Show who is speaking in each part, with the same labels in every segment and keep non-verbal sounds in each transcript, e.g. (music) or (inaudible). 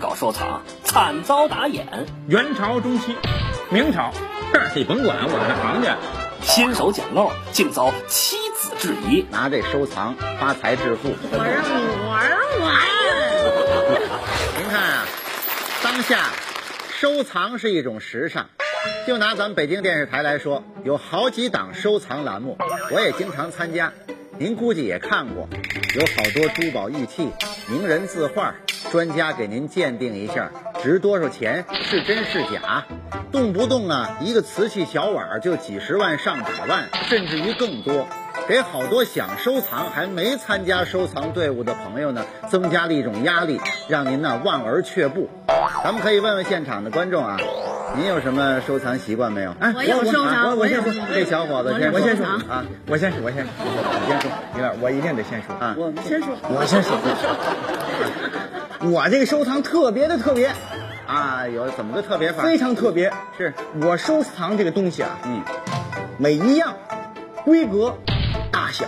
Speaker 1: 搞收藏，惨遭打眼。
Speaker 2: 元朝中期、明朝，这你甭管，我是行家。
Speaker 1: 新手捡漏，竟遭妻子质疑。
Speaker 3: 拿这收藏发财致富。
Speaker 4: 我让我让我
Speaker 3: 您看啊，当下收藏是一种时尚。就拿咱们北京电视台来说，有好几档收藏栏目，我也经常参加，您估计也看过，有好多珠宝玉器、名人字画，专家给您鉴定一下值多少钱，是真是假，动不动啊一个瓷器小碗就几十万、上百万，甚至于更多，给好多想收藏还没参加收藏队伍的朋友呢，增加了一种压力，让您呢望而却步。咱们可以问问现场的观众啊。您有什么收藏习惯没有？啊
Speaker 4: 我有收藏
Speaker 3: 我
Speaker 4: 我
Speaker 3: 先
Speaker 4: 有
Speaker 3: 说
Speaker 4: 收，藏
Speaker 3: 这小伙子
Speaker 4: 我
Speaker 3: 先
Speaker 4: 有
Speaker 2: 我先说
Speaker 4: 收藏
Speaker 3: 啊，
Speaker 2: 我先说，我先说，
Speaker 3: 你先说
Speaker 2: 你看，我一定得先说。
Speaker 3: 啊。
Speaker 4: 我先说，
Speaker 2: 我先说，我这个收藏特别的特别，
Speaker 3: 啊，有怎么个特别法？
Speaker 2: 非常特别。
Speaker 3: 是，
Speaker 2: 我收藏这个东西啊，
Speaker 3: 嗯，
Speaker 2: 每一样规格、大小、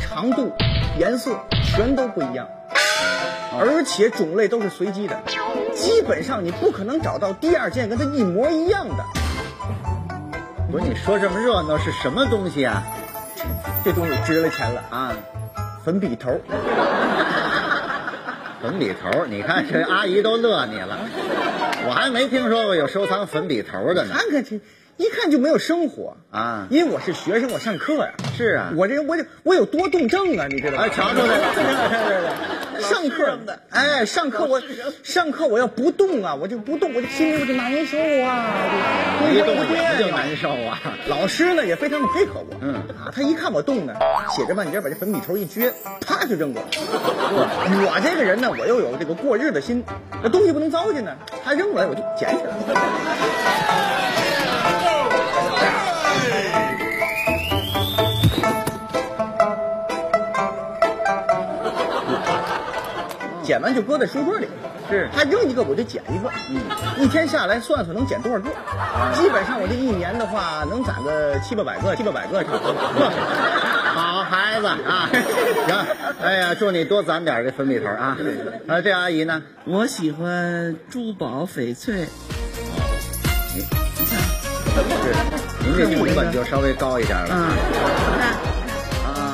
Speaker 2: 长度、颜色全都不一样，而且种类都是随机的，基本上你不可能找到第二件跟它一模一样的。
Speaker 3: 不是你说这么热闹是什么东西啊？
Speaker 2: 这东西值了钱了，
Speaker 3: 啊，
Speaker 2: 粉笔头。
Speaker 3: 粉笔头儿，你看这阿姨都乐你了，我还没听说过有收藏粉笔头儿的呢。
Speaker 2: 看看这，一看就没有生活
Speaker 3: 啊
Speaker 2: 因为我是学生，我上课呀、
Speaker 3: 是啊，
Speaker 2: 我这人，我这我有多动症啊，你知道吗？
Speaker 3: 哎瞧出来了
Speaker 2: (laughs) 上课，哎，上课我上课我要不动啊，我就不动，我就心里我就难受啊，
Speaker 3: 一动
Speaker 2: 不
Speaker 3: 眼睛就难受啊。
Speaker 2: 老师呢也非常的配合我，
Speaker 3: 嗯
Speaker 2: 啊，他一看我动呢，写着半截把这粉笔头一撅，啪就扔过
Speaker 3: (laughs)
Speaker 2: 来。我这个人呢，我又有这个过日的心，那东西不能糟践呢，他扔过来我就捡起来了。捡完就搁在书柜里。
Speaker 3: 是
Speaker 2: 他扔一个我就捡一个，嗯，一天下来算算能捡多少个，
Speaker 5: 啊
Speaker 2: 基本上我这一年的话能攒个七八百个，七八百个差不多。
Speaker 3: 好孩子啊， (laughs) 行，哎呀，祝你多攒点儿这粉笔头儿啊。啊，这阿姨呢？
Speaker 5: (laughs) 我喜欢珠宝翡翠，
Speaker 3: 您这成本就稍微高一点了。
Speaker 5: 啊，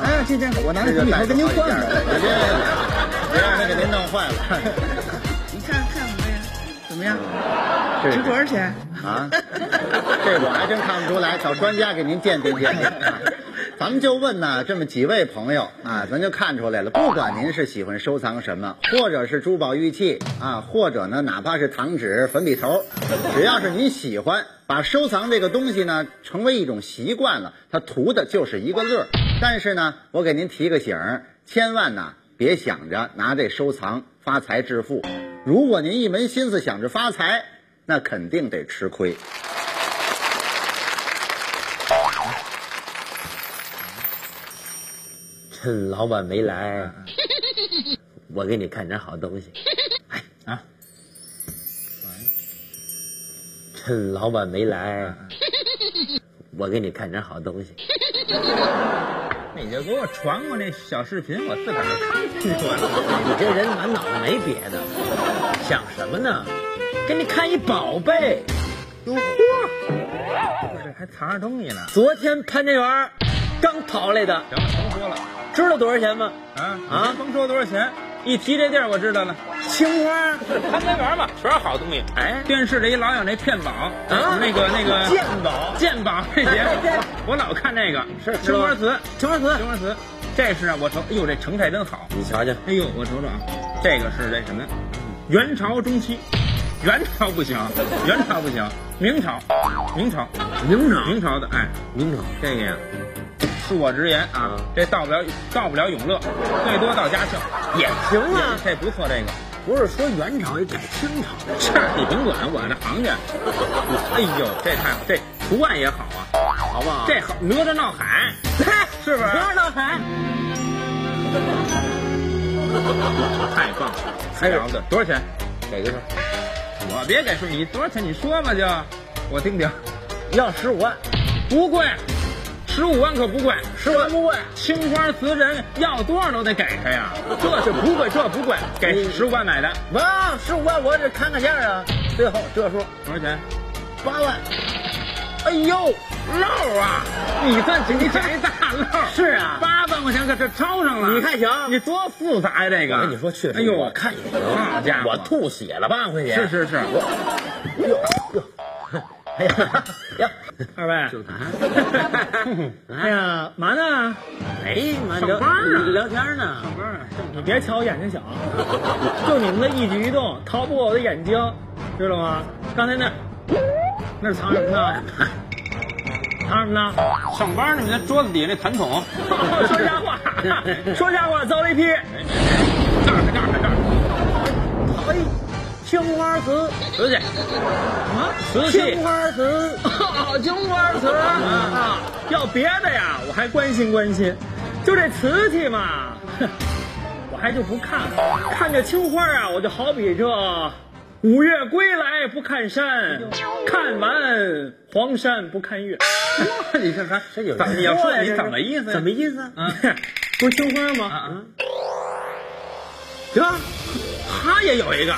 Speaker 2: 哎，这这我拿着粉
Speaker 3: 这就
Speaker 2: 笔
Speaker 3: 带
Speaker 2: 头
Speaker 3: 着
Speaker 2: 跟您
Speaker 3: 好一
Speaker 2: 换
Speaker 3: 点
Speaker 2: 了
Speaker 3: 了，。别别让他给您弄坏了。
Speaker 5: 你看看我这怎么样？
Speaker 3: 是
Speaker 5: (laughs) 值多少钱？
Speaker 3: 啊，这我还真看不出来，找专家给您鉴定鉴定。啊咱们就问呢，这么几位朋友啊，咱就看出来了。不管您是喜欢收藏什么，或者是珠宝玉器啊，或者呢，哪怕是糖纸、粉笔头，只要是您喜欢，把收藏这个东西呢，成为一种习惯了，它图的就是一个乐儿。但是呢，我给您提个醒儿，千万呢别想着拿这收藏发财致富。如果您一门心思想着发财，那肯定得吃亏。
Speaker 6: 趁老板没来，啊
Speaker 5: (laughs)
Speaker 6: 我给你看点好东西。哎
Speaker 2: 啊！
Speaker 6: 趁老板
Speaker 5: (laughs)
Speaker 6: 没来，啊我给你看点好东西。
Speaker 2: 你就给我传过那小视频，我自个儿看去了。
Speaker 6: 你这人满脑子没别的，想什么呢？给你看一宝贝，
Speaker 2: 不是，还藏着东西呢。
Speaker 6: 昨天潘家园刚淘来的，
Speaker 2: 行了，甭说了
Speaker 6: 知道多少钱吗？
Speaker 2: 啊
Speaker 6: 啊
Speaker 2: 啊！甭说多少钱，一提这地儿我知道了，
Speaker 6: 青
Speaker 2: (laughs)
Speaker 6: 花
Speaker 2: 潘家园嘛，全是好东西。
Speaker 6: 哎
Speaker 2: 电视里老有那天宝啊，那个那个
Speaker 6: 鉴宝
Speaker 2: 鉴宝那节目，我老看那个
Speaker 6: 是
Speaker 2: 青花瓷，
Speaker 6: 青花瓷
Speaker 2: 青，花瓷。这是啊，我瞅，哎呦，这成色真好。
Speaker 6: 你瞧瞧，
Speaker 2: 哎呦，我瞅瞅啊，这个是那什么，元朝中期，元朝不行，元朝不行，明朝，明朝，
Speaker 6: 明朝
Speaker 2: 明朝的，哎，
Speaker 6: 明朝
Speaker 2: 这个呀，恕我直言啊
Speaker 6: 啊，
Speaker 2: 这到不了，到不了永乐，最多到嘉庆，也
Speaker 6: 行啊
Speaker 2: 这不错，这个。
Speaker 6: 不是说元朝，也改清朝。
Speaker 2: 是啊你甭管，我这行家。哎呦，这太好，这图案也好啊，
Speaker 6: 好不好？
Speaker 2: 这好哪吒闹
Speaker 7: (laughs)
Speaker 2: 海，是不是？
Speaker 6: 哪吒闹海，
Speaker 2: 太棒了，还了得！多少钱？
Speaker 6: 给个吧，
Speaker 2: 我别给说你多少钱，你说吧就，我听听。
Speaker 6: 要十五万，
Speaker 2: 不贵，
Speaker 6: 十五万可不贵，
Speaker 7: 十万不贵，
Speaker 6: 青花瓷人要多少都得给
Speaker 7: (laughs)
Speaker 6: 他呀，这是不贵，这不贵，给十五万买的，
Speaker 7: 嗯哇，十五万我得看看价啊。最后这数
Speaker 6: 多少钱？
Speaker 7: 八万，哎呦，
Speaker 6: 漏啊！你算你捡一大漏。
Speaker 7: 是啊
Speaker 6: 八万块钱可这超上了。
Speaker 7: 你看行
Speaker 6: 啊你多复杂呀、这个。
Speaker 2: 我跟你说，确实，
Speaker 6: 哎呦，
Speaker 2: 我看也行，
Speaker 6: 好家伙，
Speaker 2: 我吐血了，八万块钱，
Speaker 6: 是是是，
Speaker 2: 哎呀，呀，
Speaker 6: 二位， (laughs)
Speaker 2: 哎呀，
Speaker 6: 嘛呢？哎
Speaker 2: 没嘛，
Speaker 6: 上
Speaker 2: 聊
Speaker 6: 班啊
Speaker 2: 聊天呢，
Speaker 6: 你别瞧我眼睛小，就你们的一举一动逃不过我的眼睛，知道吗？刚才那那是藏什么 (laughs) 呢？藏什么呢？
Speaker 8: 上班呢，你看桌子底下那痰桶，
Speaker 6: (laughs) 说瞎 (laughs) 话，说 (laughs) 瞎话，遭雷劈。这儿这儿这儿，
Speaker 3: 哎，青花瓷，
Speaker 6: 瓷器啊，瓷器
Speaker 3: 青。花瓷，
Speaker 6: 哦，金花 (laughs) 瓷啊！要别的呀，我还关心关心，就这瓷器嘛，哼我还就不看。看这青花啊，我就好比这五岳归来不看山，看完黄山不看 (laughs) 月。
Speaker 7: 你看看这有
Speaker 6: (laughs) 怎么你要说你怎
Speaker 7: 么
Speaker 6: 么意思呀？
Speaker 2: 怎么意思啊？
Speaker 6: 啊？ (laughs) 不是青花吗？行啊，他也有一个，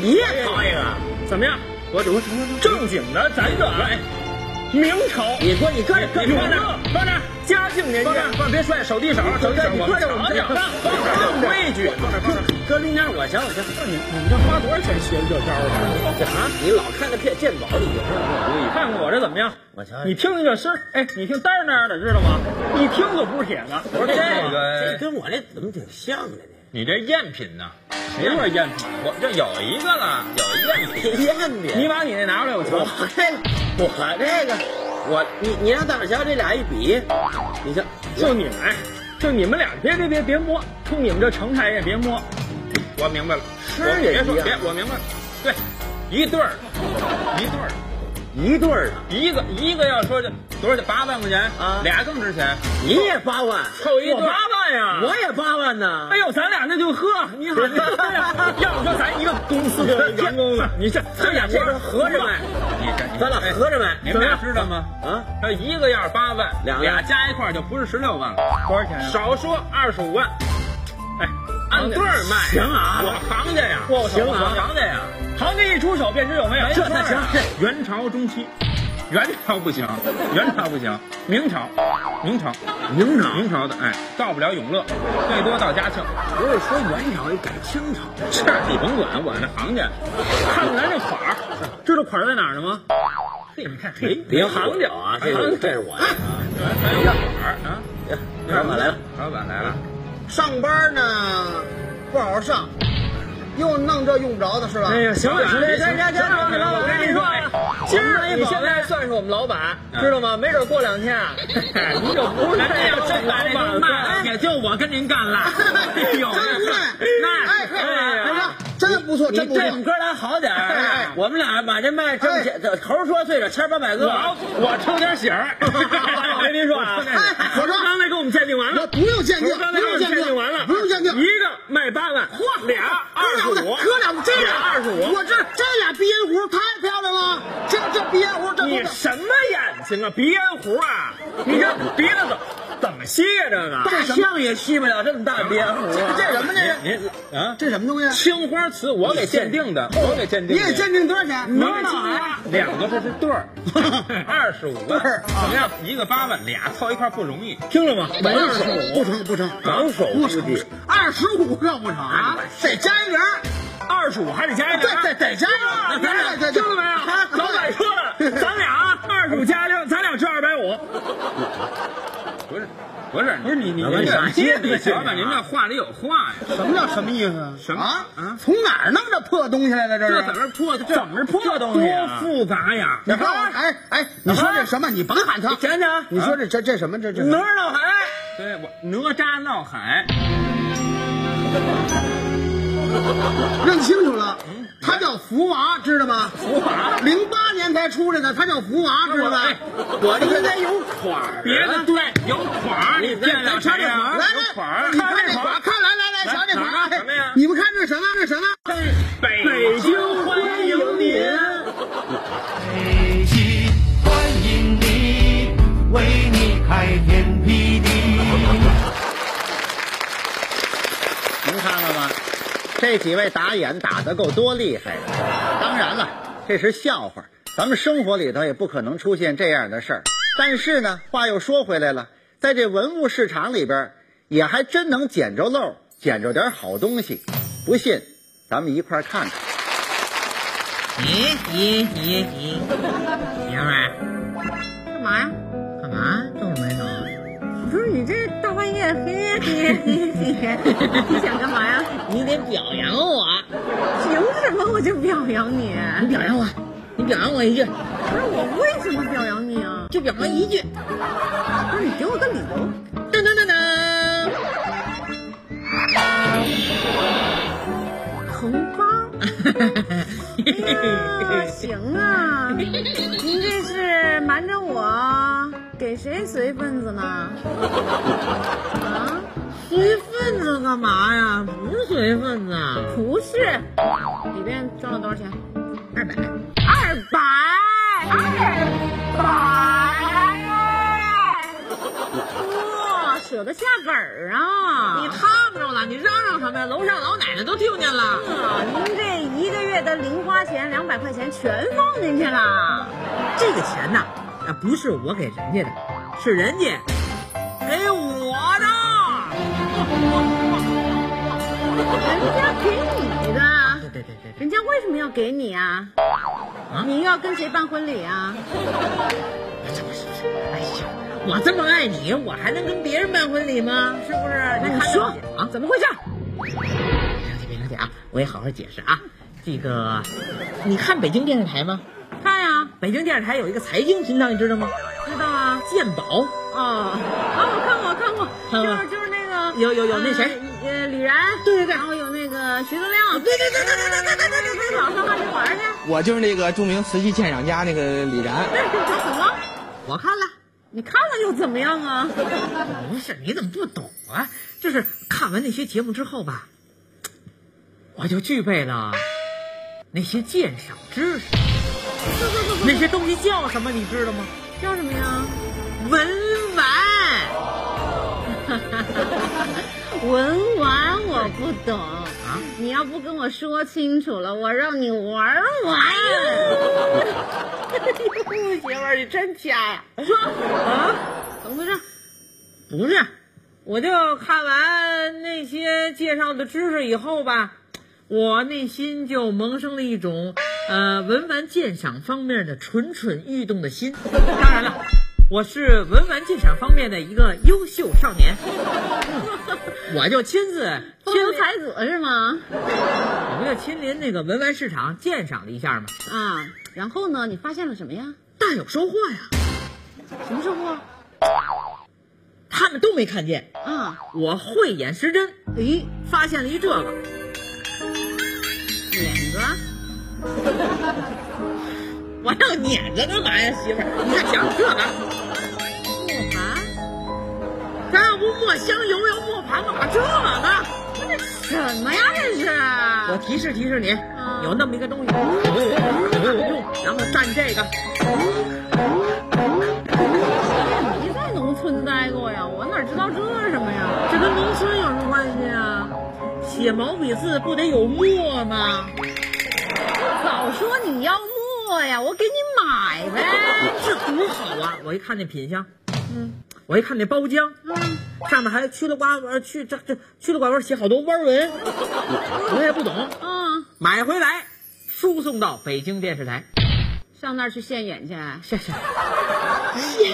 Speaker 2: 你也掏一个，
Speaker 6: 怎么样？哎我我正经的，咱就来明朝。
Speaker 2: 你说你这这
Speaker 6: 对，你放这儿，放这儿，嘉庆年间，放别摔，手递手，手递手，我们尝尝，放这规矩。
Speaker 2: 搁中间，我想我想，
Speaker 6: 你你们这花多少钱学这招啊？
Speaker 2: 你老看那骗鉴宝，你就
Speaker 6: 你看看我这怎么样？
Speaker 2: 我瞧瞧
Speaker 6: 你听听这声儿，哎，你听呆着那样的，知道吗？一听就不是铁的。
Speaker 2: 不是
Speaker 6: 这
Speaker 2: 这跟我这怎么挺像 (laughs) 的呢？
Speaker 6: 你这赝品呢？谁说赝品？我这有一个了，有一个。
Speaker 2: 验
Speaker 6: 你
Speaker 2: 品，
Speaker 6: 把你那拿出来，我瞧
Speaker 2: 我
Speaker 6: 瞧。
Speaker 2: 这个，我这个，我你你让大伙瞧这俩一比，你瞧，
Speaker 6: 就你们，就你们俩，别别别别摸，冲你们这成台也别摸。
Speaker 8: 我明白了，
Speaker 2: 吃也
Speaker 8: 别
Speaker 2: 一
Speaker 8: 说别
Speaker 2: 样，，
Speaker 8: 我明白了，对，一对儿，一对儿，
Speaker 2: 一对儿的，
Speaker 8: 一个一个要说这多少钱？八万块钱
Speaker 2: 啊
Speaker 8: 俩更值钱，
Speaker 2: 你也八万，
Speaker 8: 凑一对
Speaker 6: 我八
Speaker 8: 儿。
Speaker 6: 万呀！
Speaker 2: 我也八万呢
Speaker 6: 哎。呦，咱俩那就喝，你好，你喝
Speaker 2: (laughs)
Speaker 6: 呀！要不说咱一个公司的员工呢，你这这
Speaker 2: 咱俩
Speaker 6: 眼
Speaker 2: 这
Speaker 6: 光
Speaker 2: 边合着卖，
Speaker 8: 你这你
Speaker 2: 咱俩
Speaker 6: 哎
Speaker 2: 合着卖
Speaker 8: 你们俩知道吗？
Speaker 2: (laughs) 啊！
Speaker 8: 这一个要是八万，
Speaker 2: 两个
Speaker 8: 俩加一块儿就不是十六万了，
Speaker 6: 多少钱呀？
Speaker 8: 少说二十五万。
Speaker 6: 哎，
Speaker 8: 按对儿卖，
Speaker 2: 行啊
Speaker 8: 我行家呀，
Speaker 6: 我行
Speaker 8: 我
Speaker 6: 啊
Speaker 8: 行家呀，
Speaker 6: 行家一出手便知有味，
Speaker 2: 这那行，
Speaker 8: (laughs)
Speaker 6: 元朝中期，
Speaker 8: 元朝不行，元朝不行，明朝，明朝，
Speaker 2: 明朝
Speaker 8: 明朝的，哎，到不了永乐，最多到嘉庆。
Speaker 2: 不是说元朝改清朝，
Speaker 8: 这你甭管，我那行家，
Speaker 6: 看看咱这款儿，知道款儿在哪儿呢吗？嘿，你看，嘿，
Speaker 2: 别行脚啊，这个这是我的啊。
Speaker 8: 哎呀，啊，
Speaker 2: 老板来了，
Speaker 8: 老板来了，
Speaker 3: 上班呢不好好上，又弄这用不着的是吧？
Speaker 6: 哎呀，行了，行了，行了，行了，行了，我跟你说啊，今儿你现在算是我们老板，知道吗？没准过两天啊，你就不是
Speaker 8: 咱这要真把这
Speaker 6: 老
Speaker 8: 都
Speaker 6: 板
Speaker 8: 卖了，
Speaker 6: 了。
Speaker 8: 也就我跟您干了。
Speaker 2: (laughs)
Speaker 8: 哎呦，那
Speaker 3: 哎，哎呀，真的不错，
Speaker 2: 你
Speaker 3: 真不
Speaker 2: 对我
Speaker 3: 错哎
Speaker 2: 们。哥俩好点儿，哎我们俩把这卖挣钱，头说对了，千八百个。
Speaker 6: 我我抽点血儿，我跟您说啊，
Speaker 3: 哎我说
Speaker 6: 刚才给我们鉴定完
Speaker 3: 那
Speaker 6: 了，
Speaker 3: 不用鉴
Speaker 6: 不是
Speaker 3: 定，
Speaker 6: 刚
Speaker 3: 不
Speaker 6: 才给
Speaker 3: 用
Speaker 6: 我们
Speaker 3: 鉴
Speaker 6: 鉴定
Speaker 3: 定
Speaker 6: 完了，
Speaker 3: 不用鉴定
Speaker 6: 一。个卖八万，嚯，俩二十五，
Speaker 3: 哥俩这
Speaker 6: 俩
Speaker 3: 俩
Speaker 6: 二十五，
Speaker 3: 我这这俩鼻烟壶太漂亮了，这这鼻烟壶这
Speaker 6: 你什么眼睛啊，鼻烟壶啊，你这鼻子怎怎么吸呀、这个
Speaker 2: 大象也吸不了这么大蝙蝠啊！
Speaker 3: 这什么这是？
Speaker 8: 您啊，
Speaker 3: 这什么东西？
Speaker 8: 青花瓷我给鉴定的，我给鉴
Speaker 3: 你
Speaker 8: 定的，
Speaker 3: 也鉴定多少钱？
Speaker 8: 我给鉴定的，两个这是对儿，二十五万，怎么样？一个八万，俩凑一块儿不容易。
Speaker 6: 听了吗？
Speaker 3: 没有不成不成
Speaker 2: 长手
Speaker 3: 不
Speaker 2: 估
Speaker 3: 成
Speaker 2: 计，，
Speaker 3: 二十五个不成啊，得加一零。
Speaker 6: 二十五还得加一
Speaker 3: 对
Speaker 6: 零，
Speaker 3: 对对加一零
Speaker 6: 咱俩
Speaker 3: 对对对
Speaker 6: 听到没有？老板说了，咱俩啊，二十五加零，咱俩值二百五。
Speaker 8: 不是，不是，不是你你
Speaker 2: 你
Speaker 8: 这
Speaker 2: 啥
Speaker 8: 接
Speaker 2: 意思啊
Speaker 8: 老板，您这话里有话呀？
Speaker 3: 什么叫什么意思？
Speaker 8: 什么
Speaker 3: 啊？从哪儿弄这破东西来的？这
Speaker 8: 这
Speaker 2: 啊
Speaker 3: 是
Speaker 8: 怎么破？这怎么破
Speaker 6: 东西啊
Speaker 8: 多复杂呀！
Speaker 3: 你看我，哎哎，你说这什么？你甭喊他，啊
Speaker 6: 想
Speaker 8: 啊
Speaker 6: 想
Speaker 3: 你说这这这什么？这这
Speaker 6: 哪儿闹海？
Speaker 8: 对我哪吒闹海，
Speaker 3: 认清楚了，他叫福娃，知道吗？
Speaker 8: 不法。
Speaker 3: 零八年才出来的，他叫福娃，知道吧？
Speaker 8: 哎
Speaker 2: 我这应该有款儿。
Speaker 8: 别的对，有款儿，你见了谁呀？
Speaker 3: 来
Speaker 8: 有款
Speaker 3: 来，
Speaker 8: 儿，
Speaker 3: 你看这哎款，看来来来，瞧这款
Speaker 8: 哪儿什么呀
Speaker 3: 哎你们看这什么？这什啊么？
Speaker 8: 北京欢迎您。
Speaker 9: 北京欢迎你，为你开
Speaker 3: 这几位打眼打得够多厉害的。当然了，这是笑话，咱们生活里头也不可能出现这样的事儿。但是呢，话又说回来了，在这文物市场里边，也还真能捡着漏，捡着点好东西。不信，咱们一块儿看看。
Speaker 6: 你你你你，娘们儿
Speaker 4: 干嘛呀？
Speaker 6: 干嘛皱着眉头？
Speaker 4: 不是你这大半夜嘿嘿嘿嘿，
Speaker 6: (laughs)
Speaker 4: 你想干嘛呀？
Speaker 6: 你得表扬我，
Speaker 4: 凭什么我就表扬你？
Speaker 6: 你表扬我，你表扬我一句，
Speaker 4: 不是我为什么表扬你啊？
Speaker 6: 就表扬一句。
Speaker 4: 不是你给我个理由。
Speaker 6: 噔噔噔噔。
Speaker 4: 头八，
Speaker 6: (laughs)
Speaker 4: 哎呀，行啊，您这是瞒着我给谁随份子呢？啊，
Speaker 6: 随份子干嘛呀？不是随份子，
Speaker 4: 不是，里边装了多少钱？
Speaker 6: 二百。
Speaker 4: 二百，二百，哇，舍得下本儿啊！
Speaker 6: 你烫着了，你嚷嚷什么呀？楼上老奶奶都听见了。
Speaker 4: 啊，您这一个月的零花钱两百块钱全放进去了。
Speaker 6: 这个钱呐，那不是我给人家的，是人家给我的。
Speaker 4: 人家给你的，
Speaker 6: 对对对，
Speaker 4: 人家为什么要给你啊？你要跟谁办婚礼啊？
Speaker 6: 哎呀，我这么爱你，我还能跟别人办婚礼吗？是不是？那
Speaker 4: 你
Speaker 6: 看着
Speaker 4: 说
Speaker 6: 啊，怎么回事？别生气，别生气啊！我也好好解释啊。这个，你看北京电视台吗？
Speaker 4: 看呀、
Speaker 6: 北京电视台有一个财经频道，你知道吗？
Speaker 4: 知道啊。
Speaker 6: 鉴宝。
Speaker 4: 哦，啊，我看过，看过，
Speaker 6: 看过
Speaker 4: 就是就是那个
Speaker 6: 有有有那谁
Speaker 4: 呃，呃李然，对对对，然后有那个徐德亮，对对对对对对对对对，早上上去玩去，
Speaker 10: 我就是那个著名瓷器鉴赏家那个李然。
Speaker 4: 那是叫什么？
Speaker 6: 我看了。
Speaker 4: 你看了又怎么样啊？
Speaker 6: 不是，你怎么不懂啊？就是看完那些节目之后吧，我就具备了那些鉴赏知识。那些东西叫什么，你知道吗？
Speaker 4: 叫什么呀？
Speaker 6: 文玩。
Speaker 4: 文玩我不懂啊！你要不跟我说清楚了，我让你玩完。哎呦，姐们儿，你真瞎呀！说啊，怎么回事？
Speaker 6: 不是，我就看完那些介绍的知识以后吧，我内心就萌生了一种呃文玩鉴赏方面的蠢蠢欲动的心。当然了，我是文玩鉴赏方面的一个优秀少年，我就亲自
Speaker 4: 风
Speaker 6: 亲
Speaker 4: 流
Speaker 6: 临
Speaker 4: 才子是吗？
Speaker 6: 我不就亲临那个文玩市场鉴赏了一下吗？
Speaker 4: 啊，然后呢？你发现了什么呀？
Speaker 6: 大有收获呀！
Speaker 4: 什么收获？
Speaker 6: 他们都没看见，
Speaker 4: 啊，
Speaker 6: 我慧眼识真，
Speaker 4: 咦，
Speaker 6: 发现了一这个。
Speaker 4: 点子，
Speaker 6: 我要撵着干嘛呀，媳妇儿？你看讲这个，
Speaker 4: 木盘，
Speaker 6: 咱要不墨香油，要磨盘子，把这个。
Speaker 4: 什么呀？这是？
Speaker 6: 我提示提示你，
Speaker 4: 啊
Speaker 6: 有那么一个东西，然后蘸这个，
Speaker 4: 没在农村待过呀，我哪知道这是什么呀？
Speaker 6: 这跟农村有什么关系啊？写毛笔字不得有墨吗？
Speaker 4: 早说你要墨呀，我给你买呗。
Speaker 6: 这多好啊！我一看那品相，嗯，我一看那包浆，嗯，上面还曲了瓜呃曲这这曲了瓜弯写好多弯纹， (laughs) 我也不懂，
Speaker 4: 啊，
Speaker 6: 买回来输送到北京电视台，
Speaker 4: 上那儿去现眼去。啊
Speaker 6: (laughs) 谢谢。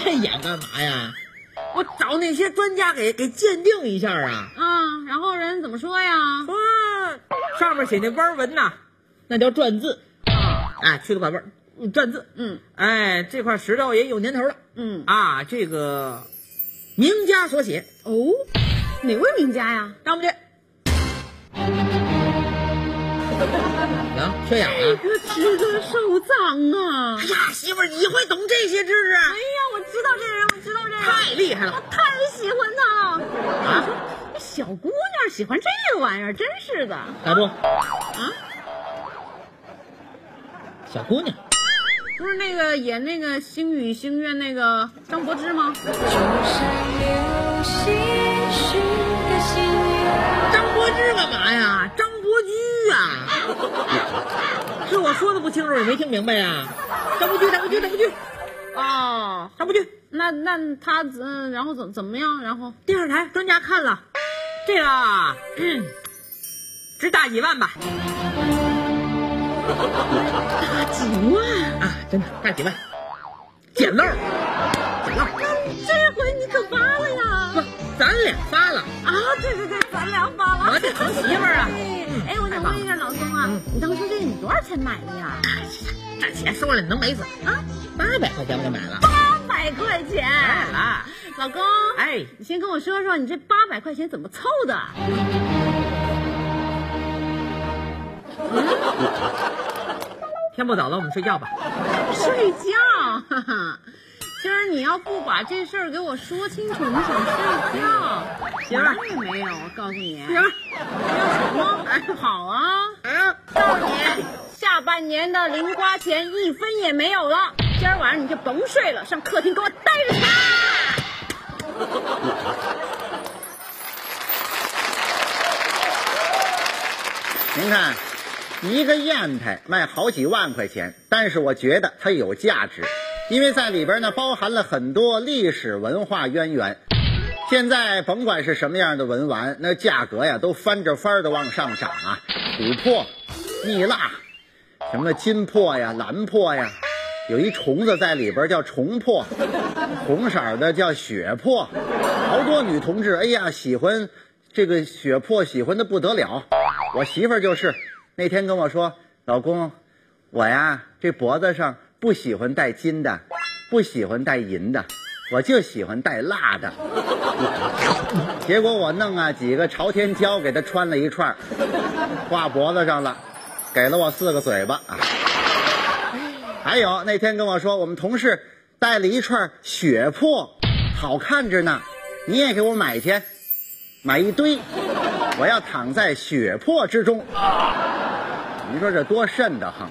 Speaker 6: 现眼哎干嘛呀？我找那些专家给给鉴定一下啊！
Speaker 4: 啊，然后人怎么说呀？
Speaker 6: 啊，上面写那弯纹呐，那叫篆字，哎，曲了拐弯儿，嗯篆字，
Speaker 4: 嗯，
Speaker 6: 哎，这块石头也有年头了，
Speaker 4: 嗯
Speaker 6: 啊，这个名家所写，
Speaker 4: 哦，哪位名家呀？
Speaker 6: 让我们 (laughs) 去。行，缺氧了。
Speaker 4: 我值得收藏啊！
Speaker 6: 哎呀，媳妇儿，你会懂这些知识啊
Speaker 4: 哎？呀，我知道这人，我知道这人，
Speaker 6: 太厉害
Speaker 4: 我
Speaker 6: 了！
Speaker 4: 太喜欢他了。你说这小姑娘喜欢这玩意儿，真是的。
Speaker 6: 打住！啊，小姑娘，
Speaker 4: 不是那个演那个《星语星月》那个张柏芝吗？
Speaker 6: 张柏芝干嘛呀？张柏芝啊是我说的不清楚，你没听明白呀？张不拘，张不拘，张不拘，
Speaker 4: 哦，
Speaker 6: 张不拘。
Speaker 4: 那那他嗯，然后怎怎么样？然后
Speaker 6: 电视台专家看了，这个嗯，只打一万吧，
Speaker 4: 几万？
Speaker 6: 啊真的大几万，捡漏儿，捡漏儿，
Speaker 4: 嗯这回你可发了呀！
Speaker 6: 咱俩发了，
Speaker 4: 啊，对对对，咱俩发了。
Speaker 6: 我得疼媳妇儿啊
Speaker 4: 哎，哎我想问一下老公啊，你当初这你多少钱买的呀？
Speaker 6: 这钱说了你能没死啊？八百块钱我就买了，
Speaker 4: 八百块钱。
Speaker 6: 啊，
Speaker 4: 老公，
Speaker 6: 哎，
Speaker 4: 你先跟我说说你这八百块钱怎么凑的？
Speaker 6: 天不早了，我们睡觉吧。
Speaker 4: 睡觉，哈哈。今儿你要不把这事儿给我说清楚，你想睡觉？
Speaker 6: 行
Speaker 4: 哪儿啊也没有，我告诉你。
Speaker 6: 行啊
Speaker 4: 什么？好啊！啊！告诉你，下半年的零花钱一分也没有了。今儿晚上你就甭睡了，上客厅给我待着去。
Speaker 3: 您看，一个砚台卖好几万块钱，但是我觉得它有价值，因为在里边呢包含了很多历史文化渊源。现在甭管是什么样的文玩，那价格呀都翻着番的往上涨啊！琥珀、蜜蜡，什么金珀呀、蓝珀呀，有一虫子在里边叫虫珀，红色儿的叫血珀。好多女同志，哎呀，喜欢这个血珀，喜欢的不得了。我媳妇儿就是那天跟我说，老公，我呀这脖子上不喜欢戴金的，不喜欢戴银的，我就喜欢戴蜡的。结果我弄啊几个朝天椒给她穿了一串儿，挂脖子上了，给了我四个嘴巴啊。还有那天跟我说，我们同事带了一串血珀，好看着呢，你也给我买去，买一堆，我要躺在血泊之中。你说这多瘆得慌！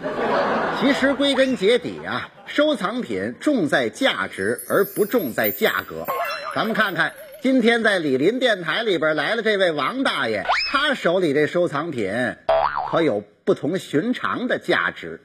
Speaker 3: 其实归根结底啊，收藏品重在价值而不重在价格。咱们看看今天在李林电台里边来了这位王大爷，他手里这收藏品可有不同寻常的价值。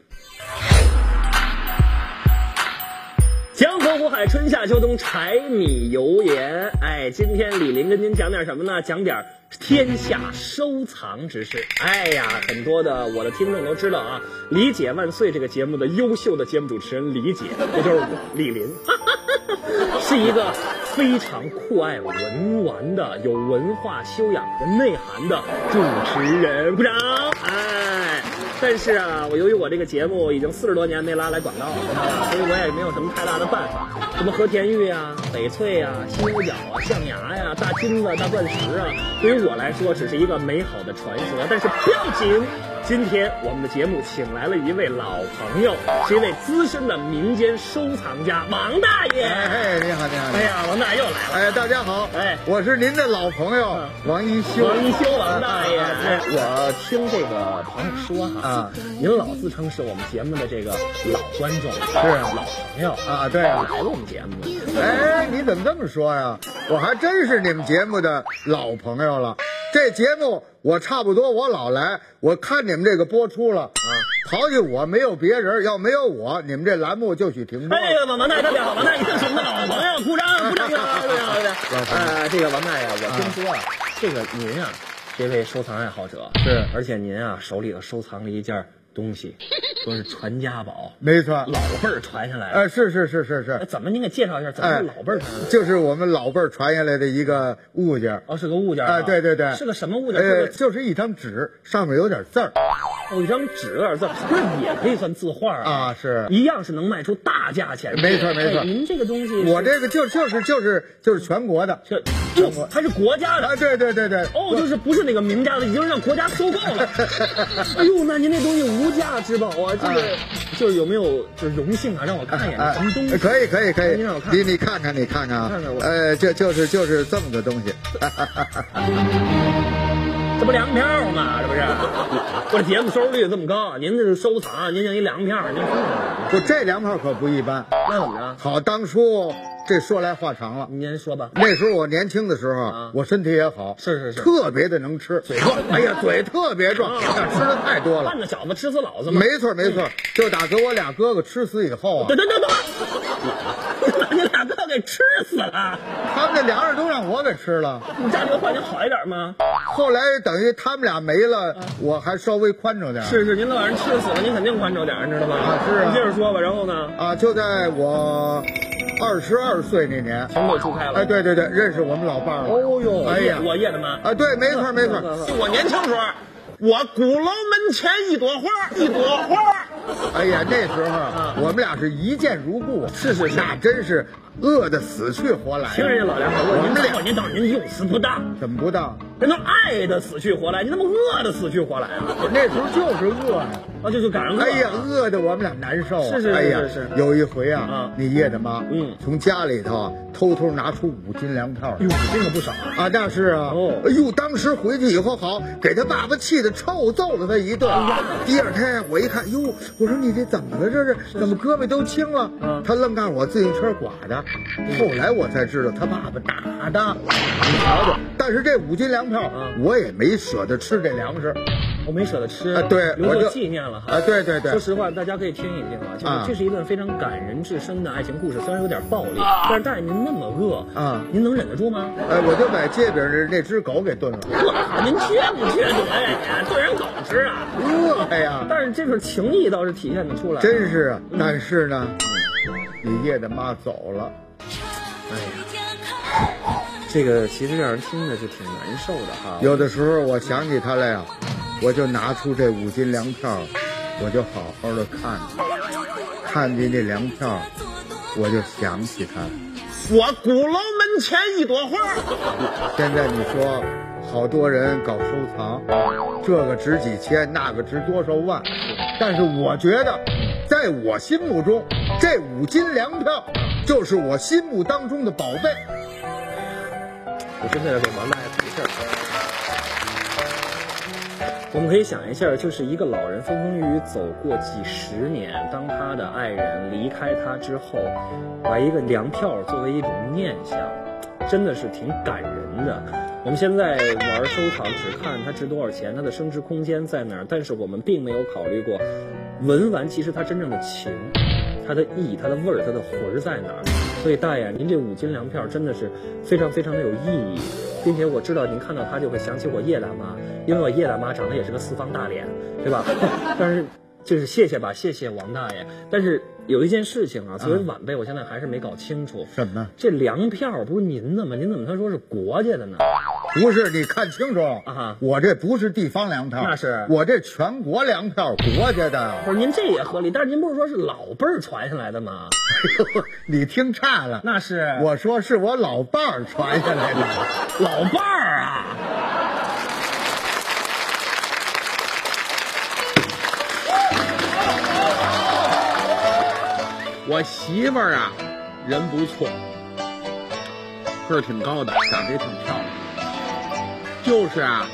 Speaker 11: 江河湖海，春夏秋冬，柴米油盐。哎，今天李林跟您讲点什么呢？讲点天下收藏之事。哎呀，很多的我的听众都知道啊，《李姐万岁》这个节目的优秀的节目主持人李姐，这就是我李林，是一个非常酷爱文玩的、有文化修养和内涵的主持人，鼓掌！哎。但是啊，我由于我这个节目已经四十多年没拉来广告了，啊所以我也没有什么太大的办法。什么和田玉啊、翡翠啊、犀牛角啊、象牙呀、大金子、大钻石啊，对于我来说只是一个美好的传说。但是不要紧，今天我们的节目请来了一位老朋友，是一位资深的民间收藏家王大爷。
Speaker 12: 哎，你好，你好。
Speaker 11: 哎呀，王大爷又来了。
Speaker 12: 哎，大家好，
Speaker 11: 哎
Speaker 12: 我是您的老朋友王一修。
Speaker 11: 王一修王大爷
Speaker 12: 哎
Speaker 11: 我听这个朋友说哈、
Speaker 12: 啊
Speaker 11: 您老自称是我们节目的这个老观众，是
Speaker 12: 啊
Speaker 11: 老朋友
Speaker 12: 啊对啊
Speaker 11: 来了我们节目了。
Speaker 12: 哎，你怎么这么说呀？我还真是你们节目的老朋友了。这节目我差不多我老来，我看你们这个播出了啊，刨去我没有别人，要没有我，你们这栏目就许停播了。
Speaker 11: 哎，王王大爷特别好，王大爷是我们的老朋友，鼓掌鼓掌
Speaker 12: 哎
Speaker 11: 鼓掌鼓掌鼓掌！呃，这个王大爷，我听说啊，这个您啊，这位收藏爱好者
Speaker 12: 是
Speaker 11: 而且您啊手里头收藏了一件东
Speaker 12: (laughs)
Speaker 11: 西，说是传家宝，
Speaker 12: 没错，
Speaker 11: 老辈儿传下来的。
Speaker 12: 哎，是是是是是
Speaker 11: 哎，怎么您给介绍一下？怎么是老辈儿传下来的？
Speaker 12: 就是我们老辈儿传下来的一个物件儿。
Speaker 11: 哦，是个物件儿
Speaker 12: 哎、
Speaker 11: 啊
Speaker 12: 对对对，
Speaker 11: 是个什么物件儿？
Speaker 12: 呃，
Speaker 11: 是
Speaker 12: 就是一张纸，上面有点字儿
Speaker 11: 个有一张纸，这不是也可以算字画啊？
Speaker 12: 啊，是。
Speaker 11: 一样是能卖出大价钱的。
Speaker 12: 没错没错
Speaker 11: 哎您这个东西是，
Speaker 12: 我这个就就是就是就是全国的
Speaker 11: 这哟，它是国家的
Speaker 12: 啊，。对对对对，
Speaker 11: 哦，就是不是那个名家的，已经让国家收购
Speaker 12: (laughs)
Speaker 11: 了。哎呦，那您那东西无价之宝啊，这个就是有没有就是荣幸啊，让我看一眼
Speaker 12: 哎
Speaker 11: 这什么东西？
Speaker 12: 可以可以可以
Speaker 11: 您让我，看
Speaker 12: 你你看看你看看啊
Speaker 11: 看看我，
Speaker 12: 呃，这就是就是这么个东
Speaker 3: (laughs)
Speaker 12: 西，
Speaker 11: 这不粮票吗？这不是？我这节目收视率这么高，您这是收藏，您像一粮票，您
Speaker 12: 不，这粮票可不一般。
Speaker 11: 那怎么着？
Speaker 12: 好，当初
Speaker 3: 这说来话长了。
Speaker 13: 您说吧，
Speaker 3: 那时候我年轻的时候，
Speaker 13: 啊
Speaker 3: 我身体也好，
Speaker 13: 是是是
Speaker 3: 特别的能吃，嘴壮。哎呀，嘴特别壮，呀吃的太多了
Speaker 13: 拌。着饺子吃死老子嘛。
Speaker 3: 没错没错，就打给我俩哥哥吃死以后啊
Speaker 13: 等，等等等，把你俩哥给吃死了，
Speaker 3: 他们这粮食都让我给吃了。
Speaker 13: 你家庭环境好一点吗？
Speaker 3: 后来等于他们俩没了，我还稍微宽敞点儿。
Speaker 13: 是是，您老让人吃死了，您肯定宽敞点儿，知道吗？
Speaker 3: 啊是啊
Speaker 13: 你接着说吧，然后呢？
Speaker 3: 啊，就在我二十二岁那年，
Speaker 13: 从这出开了。
Speaker 3: 哎，对对对，认识我们老伴儿了。
Speaker 13: 哦呦，
Speaker 3: 哎呀，
Speaker 13: 我夜的妈！
Speaker 3: 啊，对，没错没错。
Speaker 13: 就我年轻时候，我鼓楼门前一朵花，一朵花。
Speaker 3: 哎呀，那时候啊我们俩是一见如故，是是是，那真是饿得死去活来。
Speaker 13: 听人家老梁说，
Speaker 3: 我
Speaker 13: 您
Speaker 3: 们
Speaker 13: 这
Speaker 3: 俩
Speaker 13: 您等您用词不当，
Speaker 3: 怎么不当？
Speaker 13: 人都爱的死去活来，您怎么饿的死去活来啊？
Speaker 3: 那时候就是饿呀。
Speaker 13: 啊，就就赶上饿。
Speaker 3: 哎呀，，饿得我们俩难受啊。
Speaker 13: 是是是
Speaker 3: 哎呀
Speaker 13: 是是
Speaker 3: 有一回啊
Speaker 13: 啊，
Speaker 3: 你叶的妈，
Speaker 13: 嗯
Speaker 3: 从家里头啊偷偷拿出五斤粮票来。
Speaker 13: 哟，这个不少啊。
Speaker 3: 啊，那是啊，
Speaker 13: 哦
Speaker 3: 哎呦，当时回去以后好，给他爸爸气的臭揍了他一顿。第二天我一看，哟，我说你这怎么了？这是嗯怎么胳膊都青了？他愣告诉我自行车剐的。后来我才知道他爸爸打的。你瞧嗯瞧，但是这五斤粮票我也没舍得吃这粮食。
Speaker 13: 我没舍得吃
Speaker 3: 啊对
Speaker 13: 留
Speaker 3: 我
Speaker 13: 作
Speaker 3: 就
Speaker 13: 纪念了哈。
Speaker 3: 啊对对对
Speaker 13: 说实话，大家可以听一听啊，就是
Speaker 3: 啊
Speaker 13: 这是一段非常感人至深的爱情故事，虽然有点暴力，但是大爷您那么饿
Speaker 3: 啊
Speaker 13: 您能忍得住吗？
Speaker 3: 哎，我就把街边儿那只狗给炖了。
Speaker 13: 我靠， (laughs) 您缺不缺德呀？你对人狗吃啊？
Speaker 3: 饿哎呀，
Speaker 13: 但是这份情谊倒是体现得出来。
Speaker 3: 真是啊。但是呢，你叶的妈走了。
Speaker 14: 这个其实让人听着就挺难受的哈。
Speaker 3: 有的时候我想起他来呀、我就拿出这五斤粮票，我就好好的看，看见这粮票，我就想起他。
Speaker 13: 我鼓楼门前一朵花，
Speaker 3: 现在你说，好多人搞收藏，这个值几千，那个值多少万，但是我觉得，在我心目中，这五斤粮票就是我心目当中的宝贝。
Speaker 13: 我真的要给王大爷鼓气儿。我们可以想一下，就是一个老人风风雨雨走过几十年，当他的爱人离开他之后，把一个粮票作为一种念想，真的是挺感人的。我们现在玩收藏，只看它值多少钱，它的升值空间在哪儿，但是我们并没有考虑过，文玩其实它真正的情。它的意义、它的味儿、它的魂儿在哪儿？所以大爷，您这五斤粮票真的是非常非常的有意义，并且我知道您看到它就会想起我叶大妈，因为我叶大妈长得也是个四方大脸，对吧？ (laughs) 但是就是谢谢吧，谢谢王大爷。但是有一件事情啊，作为晚辈，我现在还是没搞清楚，
Speaker 3: 什么？
Speaker 13: 这粮票不是您的吗？您怎么他说是国家的呢？
Speaker 3: 不是，你看清楚
Speaker 13: 哈
Speaker 3: 我这不是地方粮票，
Speaker 13: 那是
Speaker 3: 我这全国粮票，国家的。
Speaker 13: 不是您这也合理，但是您不是说是老辈儿传下来的吗？
Speaker 3: (laughs) 你听岔了，
Speaker 13: 那是
Speaker 3: 我说是我老伴儿传下来
Speaker 13: (laughs)
Speaker 3: 的。
Speaker 13: 老伴儿啊。
Speaker 2: 我媳妇儿啊，人不错，个儿挺高的，长得也挺漂亮，就是啊，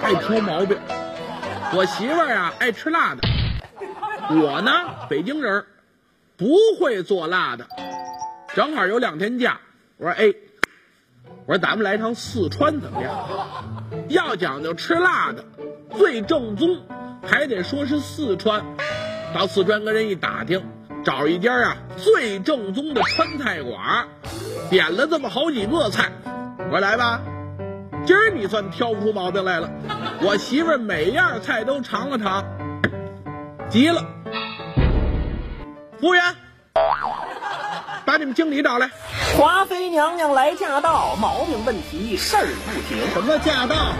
Speaker 2: 爱挑毛病。我媳妇儿啊，爱吃辣的，我呢，北京人儿，不会做辣的。正好有两天假，我说哎，我说咱们来趟四川怎么样？要讲究吃辣的，最正宗，还得说是四川。到四川跟人一打听，找一家啊最正宗的川菜馆儿，点了这么好几个菜，我说来吧，今儿你算挑不出毛病来了。我媳妇儿每样菜都尝了尝，急了，服务员，把你们经理找来。
Speaker 11: 华妃娘娘来驾到，毛病问题事儿不停。
Speaker 15: 什么驾到？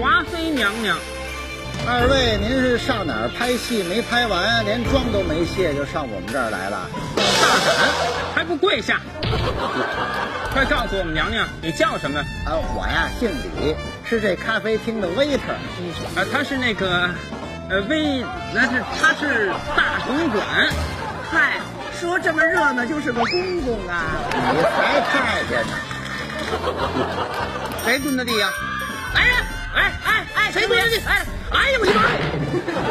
Speaker 16: 华妃娘娘，
Speaker 15: 二位，您是上哪儿拍戏没拍完，连妆都没卸就上我们这儿来了？
Speaker 16: (laughs) 还不跪下？
Speaker 2: 快告诉我们娘娘，你叫什么？
Speaker 15: 啊，我呀姓李，是这咖啡厅的 waiter。
Speaker 16: 啊，他是那个，呃，微，那是他是大总管。
Speaker 11: 嗨，说这么热闹，就是个公公啊！
Speaker 15: 你才太监呢？谁蹲的地呀、
Speaker 16: 哎呀，哎哎哎，谁跪下去？哎，哎呀，我去妈！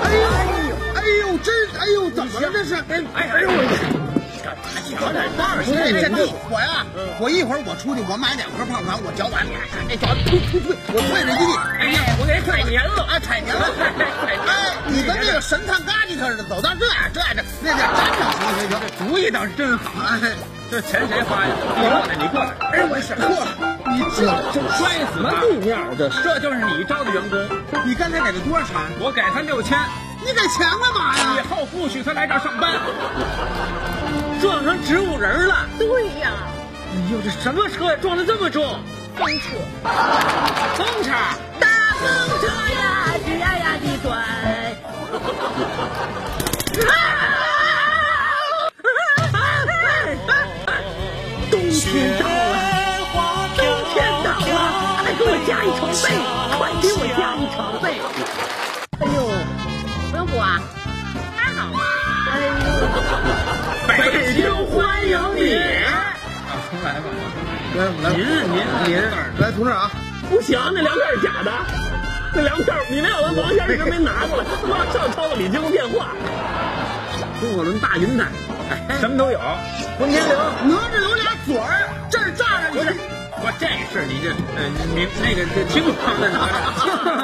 Speaker 3: 哎呦，哎呦，真，哎呦，怎么了这是？
Speaker 16: 哎哎呦我去！
Speaker 13: 干
Speaker 2: 瞧点道儿，这真的，我呀，我一会儿我出去，我买两盒泡糖，我嚼完你看这嚼突突突，我啐着一地，
Speaker 13: 哎呀，我给踩棉了，
Speaker 2: 啊，踩您了，哎，你跟那个神探嘎吉特似的，走到这这这那叫沾上行行行，
Speaker 13: 这主意倒是真好。
Speaker 2: 哎，
Speaker 13: 这钱谁花呀？你过来，你过来。
Speaker 2: 哎，我闪过了，你这这
Speaker 13: 摔死么地面儿这这就是你招的员工，
Speaker 2: 你刚才给他多少钱？
Speaker 13: 我给他六千，
Speaker 2: 你给钱干嘛
Speaker 13: 以
Speaker 2: 呀？
Speaker 13: 后不许他来这儿上班，撞成植物人了。
Speaker 4: 对呀、
Speaker 13: 哎呦，这什么车呀？撞得这么重？
Speaker 4: 风车，
Speaker 13: 风车。
Speaker 4: 大风车呀，吱呀呀地转。冬天到了，冬天到了，快给我加一床被，快给我加一床被。哎呦，文虎啊，太好了！哎
Speaker 13: 北京欢迎你。
Speaker 3: 来来，
Speaker 13: 您是您
Speaker 3: 您来从这儿啊，
Speaker 13: 不行，那粮票是假的，那粮票你没有文王先生一直没拿过来，马上抄到李菁电话。风火轮大云彩，什么都有。
Speaker 2: 我天灵，哪吒有俩嘴儿，这儿炸着你。啊
Speaker 13: (laughs) 我这是你这呃，你那个这听说的哪吒。